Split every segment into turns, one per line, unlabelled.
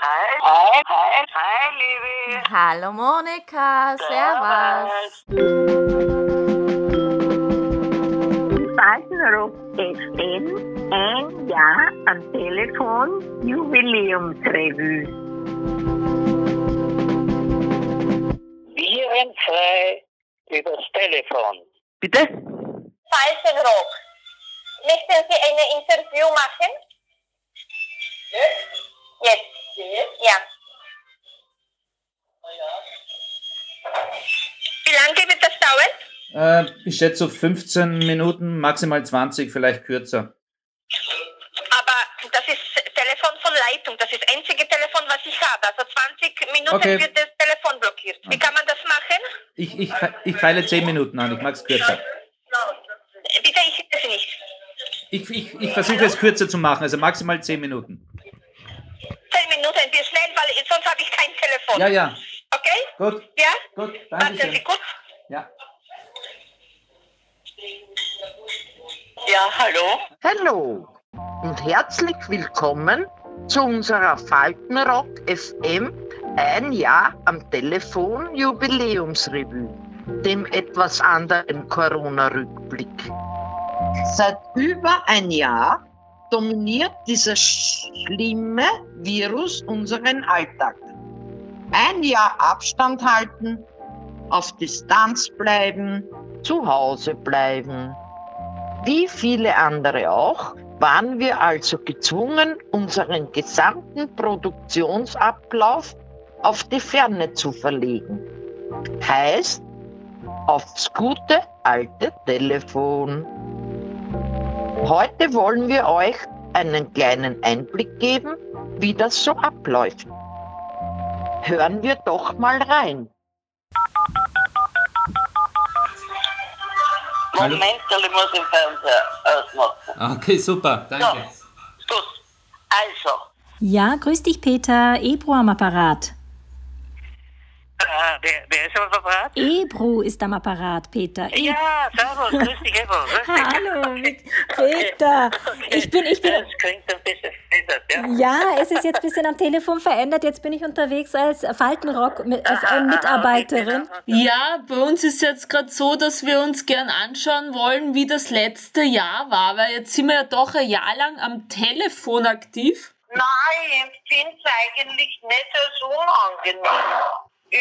Hi, hi, hi, hi, Liebe.
Hallo Monika, servus.
Basenrock FM ein Jahr am Telefon Jubiläumsrevue.
Virenfrei übers Telefon.
Bitte?
falschen Rock. Möchten Sie ein Interview machen? Jetzt? Jetzt. Ja. Wie lange wird das dauern?
Äh, ich schätze so 15 Minuten, maximal 20, vielleicht kürzer.
Aber das ist Telefon von Leitung. Das ist das einzige Telefon, was ich habe. Also 20 Minuten
Okay.
wird das Telefon blockiert. Wie kann man das machen?
Ich, ich, ich peile 10 Minuten an, ich mache es kürzer.
Bitte, ich höre Sie nicht.
Ich, ich, ich versuche es kürzer zu machen, also maximal 10 Minuten.
10 Minuten, wir schnell, weil sonst habe ich kein Telefon.
Ja, ja.
Okay?
Gut,
Ja?
gut, danke
Warten Sie
schön.
kurz.
Ja.
Ja, hallo.
Hallo und herzlich willkommen zu unserer Faltenrock FM ein Jahr am Telefon Jubiläumsrevue, dem etwas anderen Corona-Rückblick. Seit über ein Jahr dominiert dieser schlimme Virus unseren Alltag. Ein Jahr Abstand halten, auf Distanz bleiben, zu Hause bleiben. Wie viele andere auch, waren wir also gezwungen, unseren gesamten Produktionsablauf auf die Ferne zu verlegen. Heißt, aufs gute alte Telefon. Heute wollen wir euch einen kleinen Einblick geben, wie das so abläuft. Hören wir doch mal rein.
Hallo.
Moment, ich muss den Fernseher ausmachen.
Okay, super, danke.
Gut. Also,
Ja, grüß dich, Peter. Ebro am Apparat.
äh, wer, wer ist am Apparat?
Ebro ist am Apparat, Peter. E-
Ja, servus, grüß dich, Evo. ne? Grüß dich.
Hallo, Peter. Ich bin, ich bin.
Das klingt ein bisschen verändert, ja?
Ja, es ist jetzt ein bisschen am Telefon verändert. Jetzt bin ich unterwegs als Faltenrock, mit- als
Ah,
Ah,
äh, Mitarbeiterin.
Ja, bei uns ist jetzt gerade so, dass wir uns gern anschauen wollen, wie das letzte Jahr war, weil jetzt sind wir ja doch ein Jahr lang am Telefon aktiv.
Nein, ich finde es eigentlich nicht so unangenehm.
genau.
Ähm,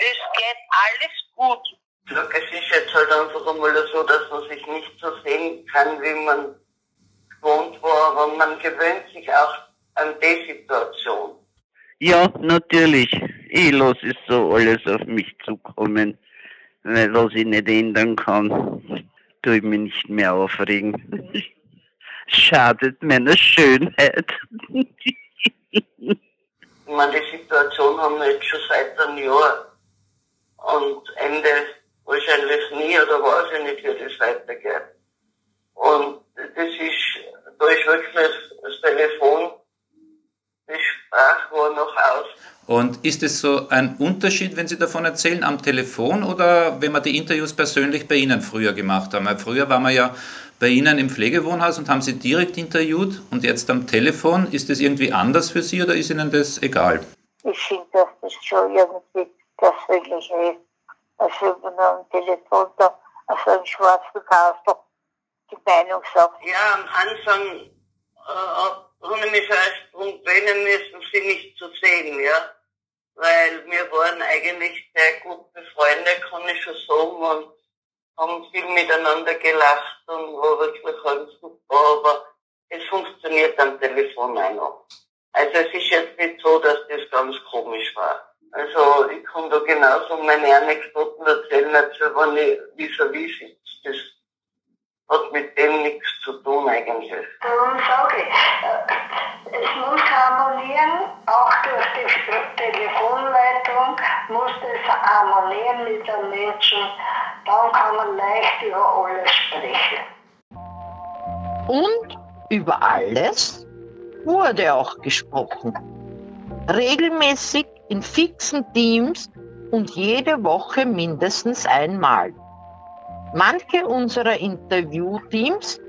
Es geht alles gut.
Glück, es ist jetzt halt einfach einmal so, dass man sich nicht so sehen kann, wie man gewohnt war, aber man gewöhnt sich auch an die Situation.
Ja, natürlich. Ich lasse es so alles auf mich zukommen, weil was ich nicht ändern kann, tue ich mich nicht mehr aufregen. Schadet meiner Schönheit.
Ich meine, die Situation haben wir jetzt schon seit einem Jahr. Und Ende wahrscheinlich nie oder weiß ich nicht, wie das weitergeht. Und das ist, da ist wirklich das Telefon, die Sprachrohr noch aus.
Und ist es so ein Unterschied, wenn Sie davon erzählen, am Telefon oder wenn wir die Interviews persönlich bei Ihnen früher gemacht haben? Weil früher waren wir ja bei Ihnen im Pflegewohnhaus und haben Sie direkt interviewt und jetzt am Telefon. Ist das irgendwie anders für Sie oder ist Ihnen das egal?
ich finde, dass das schon irgendwie persönlich ist. Also wenn man am Telefon da auf einem schwarzen Kastel die Meinung sagt,
Ja, am Anfang äh, habe ich mich erst darum gewöhnen müssen, sie nicht zu sehen, ja. Weil wir waren eigentlich sehr gut befreundet, kann ich schon sagen, und haben viel miteinander gelacht und war wirklich alles super, aber es funktioniert am Telefon auch noch. Also es ist jetzt nicht so, dass das ganz komisch war. Also ich kann da genauso meine Anekdoten erzählen, als wenn ich vis-à-vis sitze. Das hat mit dem nichts zu tun eigentlich.
darum sage ich, äh, es muss harmonieren, auch durch die Sp- Telefonleitung muss es harmonieren mit den Menschen, dann kann man leicht über alles sprechen.
Und über alles wurde auch gesprochen. Regelmäßig in fixen Teams und jede Woche mindestens einmal. Manche unserer Interviewteams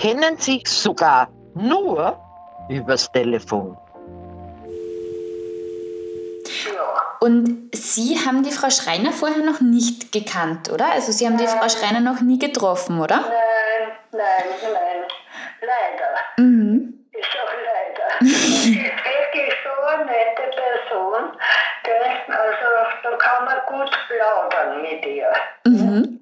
kennen sich sogar nur übers Telefon.
Und Sie haben die Frau Schreiner vorher noch nicht gekannt, oder? Also Sie haben die Frau Schreiner noch nie getroffen, oder?
Nein, nein, nein. Leider.
Mhm.
Ich sage leider. Es ist wirklich so eine nette Person. gell? Also da kann man gut plaudern mit ihr.
Mhm.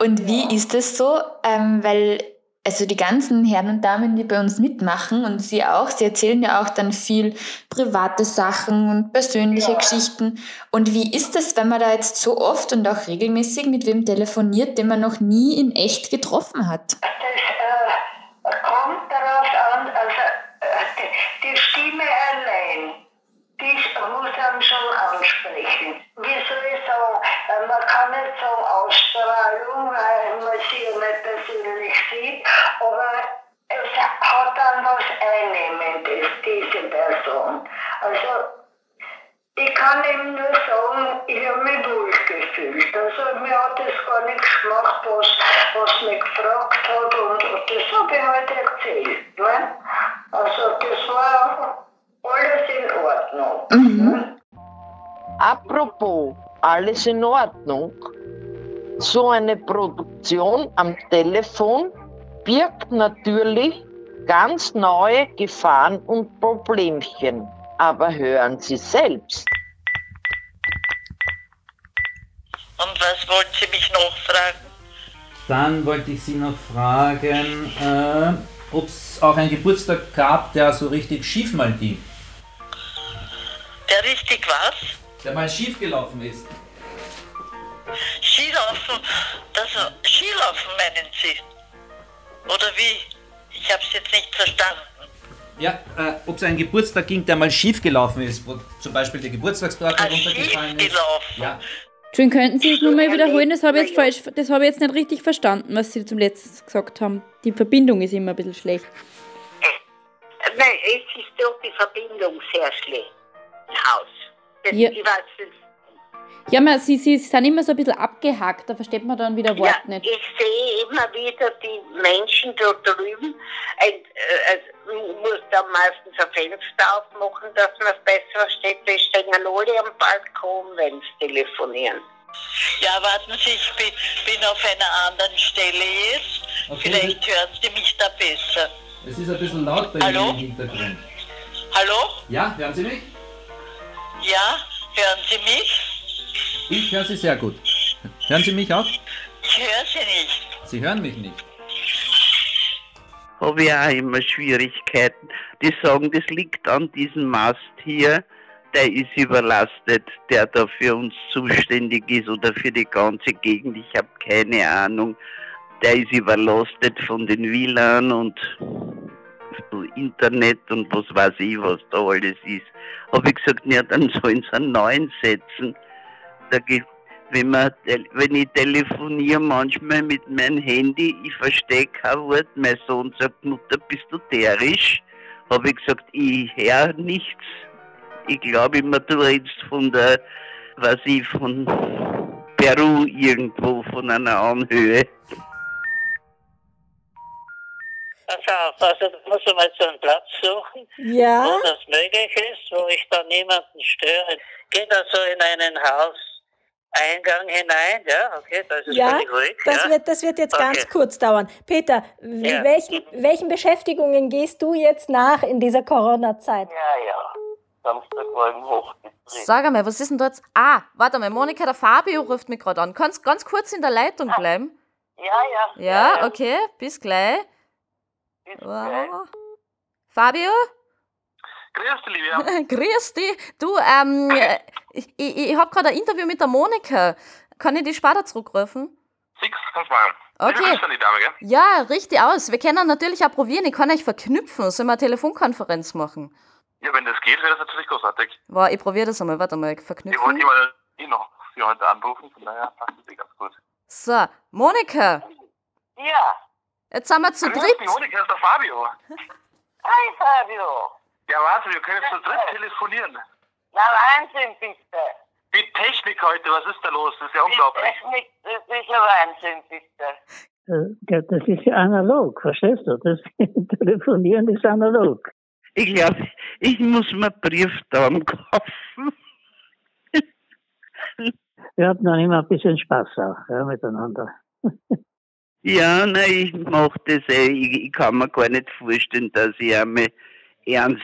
Und wie ist es so? Ähm, weil also die ganzen Herren und Damen, die bei uns mitmachen und sie auch, sie erzählen ja auch dann viel private Sachen und persönliche Geschichten. Und wie ist es, wenn man da jetzt so oft und auch regelmäßig mit wem telefoniert, den man noch nie in echt getroffen hat?
Das äh, kommt darauf an, also äh, die, die Stimme allein, die muss einem schon ansprechen. Wie soll ich sagen, äh, man kann nicht sagen Ausstrahlung, weil man sie ja nicht persönlich sieht, aber es hat dann was Einnehmendes, diese Person. Also ich kann ihm nur sagen, ich habe mich wohl gefühlt. Also mir hat das gar nichts gemacht, was, was mich gefragt hat und, und das habe ich halt erzählt. Ne? Also das war alles in Ordnung.
Mhm.
ne?
Apropos, alles in Ordnung. So eine Produktion am Telefon birgt natürlich ganz neue Gefahren und Problemchen. Aber hören Sie selbst.
Und was wollt ihr mich noch fragen?
Dann wollte ich Sie noch fragen, äh, ob es auch einen Geburtstag gab, der so richtig schief mal ging.
Der richtig was?
Der mal schief gelaufen ist.
Skilaufen, das Skilaufen meinen Sie? Oder wie? Ich hab's jetzt nicht verstanden.
Ja, äh, ob es einen Geburtstag ging, der mal schief gelaufen ist, wo zum Beispiel die Geburtstagstorte runtergefallen ist. Ja.
Entschuldigung, könnten Sie das nochmal wiederholen? Das habe ich, jetzt falsch, das habe ich jetzt nicht richtig verstanden, was Sie zum letzten gesagt haben. Die Verbindung ist immer ein bisschen schlecht.
Nein, es ist doch die Verbindung sehr schlecht im Haus. Das,
Ja.
Ich weiß es
Ja, man, Sie, Sie sind immer so ein bisschen abgehackt, da versteht man dann wieder Wort
ja,
nicht.
Ich sehe immer wieder die Menschen da drüben. Ein, äh, also, muss da meistens ein Fenster aufmachen, dass man es besser versteht. Wir stehen alle am Balkon, wenn sie telefonieren.
Ja, warten Sie, ich bin, bin auf einer anderen Stelle jetzt.
Okay,
Vielleicht hören Sie mich da besser.
Es ist ein bisschen laut bei
Hallo?
Ihnen im Hintergrund.
Hallo?
Ja, hören Sie mich?
Ja, hören Sie mich?
Ich höre Sie sehr gut. Hören Sie mich auch?
Ich höre Sie nicht.
Sie hören mich nicht.
habe ich auch immer Schwierigkeiten. Die sagen, das liegt an diesem Mast hier, der ist überlastet, der da für uns zuständig ist oder für die ganze Gegend. Ich habe keine Ahnung. Der ist überlastet von den WLAN und Internet und was weiß ich, was da alles ist. Habe ich gesagt, ja, dann sollen sie einen neuen setzen. Da gibt wenn, man, tel- wenn ich telefoniere manchmal mit meinem Handy, ich verstehe kein Wort. Mein Sohn sagt, Mutter, bist du derisch? Habe ich gesagt, ich höre nichts. Ich glaube immer, du redest von der, was ich, von Peru irgendwo, von einer Anhöhe.
Pass auf, also da muss ich mal so einen Platz suchen,
Ja.
wo das möglich ist, wo ich da niemanden störe. Geht also in einen Hauseingang hinein, ja, okay, das ist
Ja,
völlig ruhig.
das
ja.
wird, das wird jetzt ganz
Okay.
kurz dauern. Peter, w-
Ja.
welchen, welchen Beschäftigungen gehst du jetzt nach in dieser Corona-Zeit?
Ja, ja.
Samstag war im Hochbetrieb.
Sag einmal, was ist denn da jetzt? Ah, warte mal, Monika, der Fabio ruft mich gerade an. Kannst ganz kurz in der Leitung bleiben?
Ja, ja.
Ja, okay, bis gleich. Wow. Fabio?
Grüß dich, Livia.
Grüß dich. Du, ähm, ich, ich, ich habe gerade ein Interview mit der Monika. Kann ich dich später zurückrufen?
Six, kannst du machen.
Okay.
Liebe Grüße an die Dame, gell?
Ja, richtig aus. Wir können natürlich auch probieren. Ich kann euch verknüpfen. Sollen wir eine Telefonkonferenz machen?
Ja, wenn das geht, wäre das natürlich großartig.
Boah, ich probiere das einmal. Warte mal,
Ich wollte
verknüpfen.
jemanden eh noch für heute anrufen, von daher passt das eh ganz gut.
So, Monika,
Ja.
jetzt sind wir zu
Grüß
dritt.
dich, Monika, das ist der Fabio.
Hi Fabio.
Ja, warte, wir können jetzt zu dritt telefonieren.
Na Wahnsinn bitte.
Die Technik heute, was ist da los? Das ist ja unglaublich.
Technik, das ist ja Wahnsinn bitte.
Ja, das ist ja analog, verstehst du? Das Telefonieren ist analog.
Ich glaube, ich muss mir Briefdaum kaufen.
Wir hatten dann immer ein bisschen Spaß auch ja, miteinander.
Ja, nein, ich mache das eh. Ich, ich kann mir gar nicht vorstellen, dass ich einmal ernst,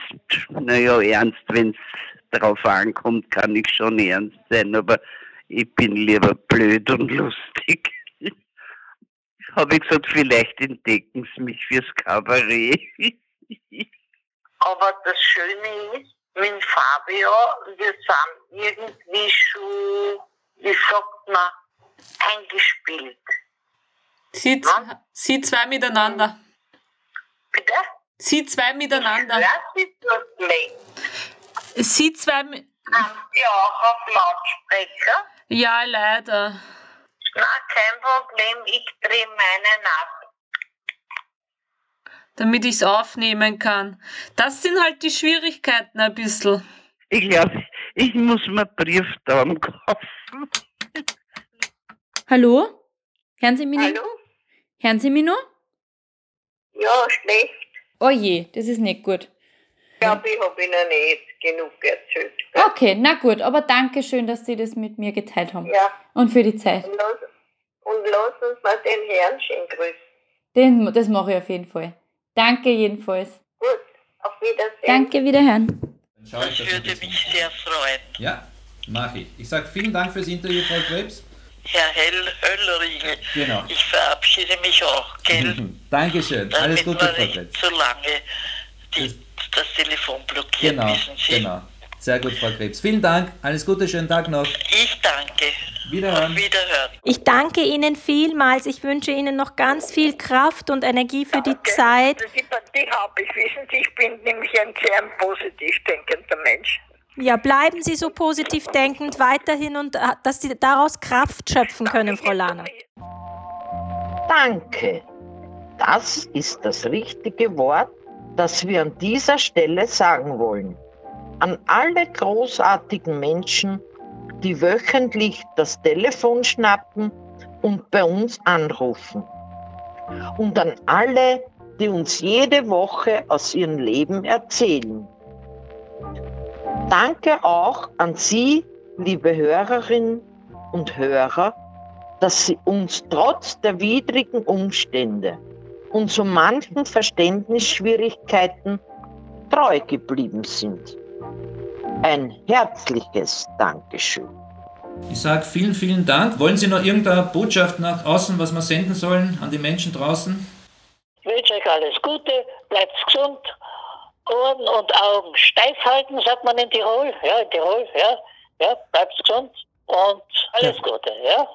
naja, ernst, wenn es drauf ankommt, kann ich schon ernst sein, aber ich bin lieber blöd und lustig. Habe ich gesagt, vielleicht entdecken sie mich fürs Kabarett.
Aber das Schöne ist, mit Fabio, wir sind irgendwie schon, wie sagt man, eingespielt.
Sie, z- sie zwei miteinander.
Bitte?
Sie zwei miteinander.
Das ist das Leben.
Sie zwei. mi-
Ähm, Ja, auf Lautsprecher.
Ja, leider.
Na, kein Problem, ich drehe meinen ab.
Damit ich es aufnehmen kann. Das sind halt die Schwierigkeiten ein bisschen.
Ich glaube, ich muss mir Brieftaum kaufen.
Hallo? Hören Sie
Mhm.
mich Hallo? Hören Sie mich noch?
Ja, schlecht.
Oh je, das ist nicht gut.
Ich glaube, ich habe Ihnen eh jetzt genug erzählt.
Okay, na gut, aber danke schön, dass Sie das mit mir geteilt haben.
Ja.
Und für die Zeit.
Und lass, und lass uns mal den Herrn schön grüßen.
Den, das mache ich auf jeden Fall. Danke jedenfalls.
Gut, auf Wiedersehen.
Danke, wiederhören.
Schau ich, das würde mich
Sehr freut.
Ja, mache ich. Ich sage vielen Dank fürs Interview, Frau Krebs.
Herr Hell Oellring,
Genau.
ich verabschiede mich auch, gell?
Dankeschön. Alles
Damit
Gute,
wir
Frau
nicht
Krebs.
zu lange die, das Telefon blockiert,
Genau,
wissen Sie.
genau. Sehr gut, Frau Krebs. Vielen Dank. Alles Gute, schönen Tag noch.
Ich danke.
Wiederhören.
Ich danke Ihnen vielmals. Ich wünsche Ihnen noch ganz viel Kraft und Energie für die Zeit.
Also
Die Partie habe ich, wissen Sie, ich bin nämlich ein sehr positiv denkender Mensch.
Ja, bleiben Sie so positiv denkend weiterhin und äh, dass Sie daraus Kraft schöpfen können, Frau Lana.
Danke. Das ist das richtige Wort, das wir an dieser Stelle sagen wollen. An alle großartigen Menschen, die wöchentlich das Telefon schnappen und bei uns anrufen. Und an alle, die uns jede Woche aus ihrem Leben erzählen. Danke auch an Sie, liebe Hörerinnen und Hörer, dass Sie uns trotz der widrigen Umstände und so manchen Verständnisschwierigkeiten treu geblieben sind. Ein herzliches Dankeschön.
Ich sage vielen, vielen Dank. Wollen Sie noch irgendeine Botschaft nach außen, was wir senden sollen an die Menschen draußen?
Ich wünsche euch alles Gute, bleibt gesund, Ohren und Augen steif halten, sagt man in Tirol. Ja, in Tirol, ja. Ja, bleibt gesund und alles Gute, ja.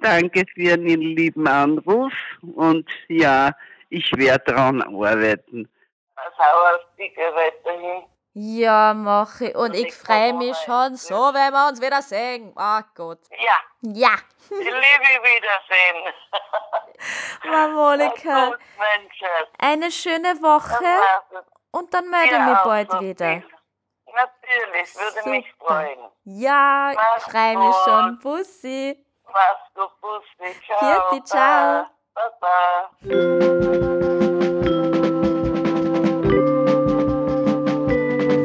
Danke für Ihren lieben Anruf und ja, ich werde daran arbeiten.
Sauersticke weiterhin.
Ja, mache ich. Und ich freue mich schon so, wenn wir uns wieder sehen. Ach Gott.
Ja.
Ja.
Ich liebe Wiedersehen.
Frau Monika,
Menschen.
eine schöne Woche und dann melde ich
Dir
mich
auch
bald
so
wieder.
Natürlich, würde mich freuen.
Ja, ich freue mich
gut.
schon. Bussi.
Mach's gut, Bussi. Ciao.
Vierte, ciao.
Baba.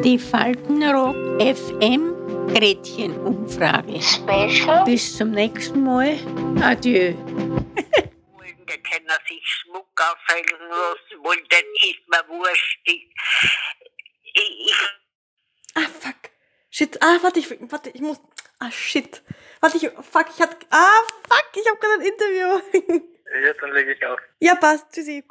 Die Faltenrock FM Gretchenumfrage. Special. Bis zum nächsten Mal. Adieu.
Können sich Schmuck aufhängen, was sie wollen, das ist mir wurscht. Ich, ich, ich
Shit. Ah, warte, ich, warte, ich muss. Ah, shit. Warte, ich. Fuck, ich hatte. Ah, fuck, ich habe gerade ein Interview.
Ja, dann lege ich auf.
ja, passt. Tschüssi.